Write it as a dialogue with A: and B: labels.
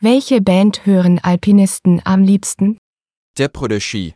A: Welche Band hören Alpinisten am liebsten?
B: Depeche Ski.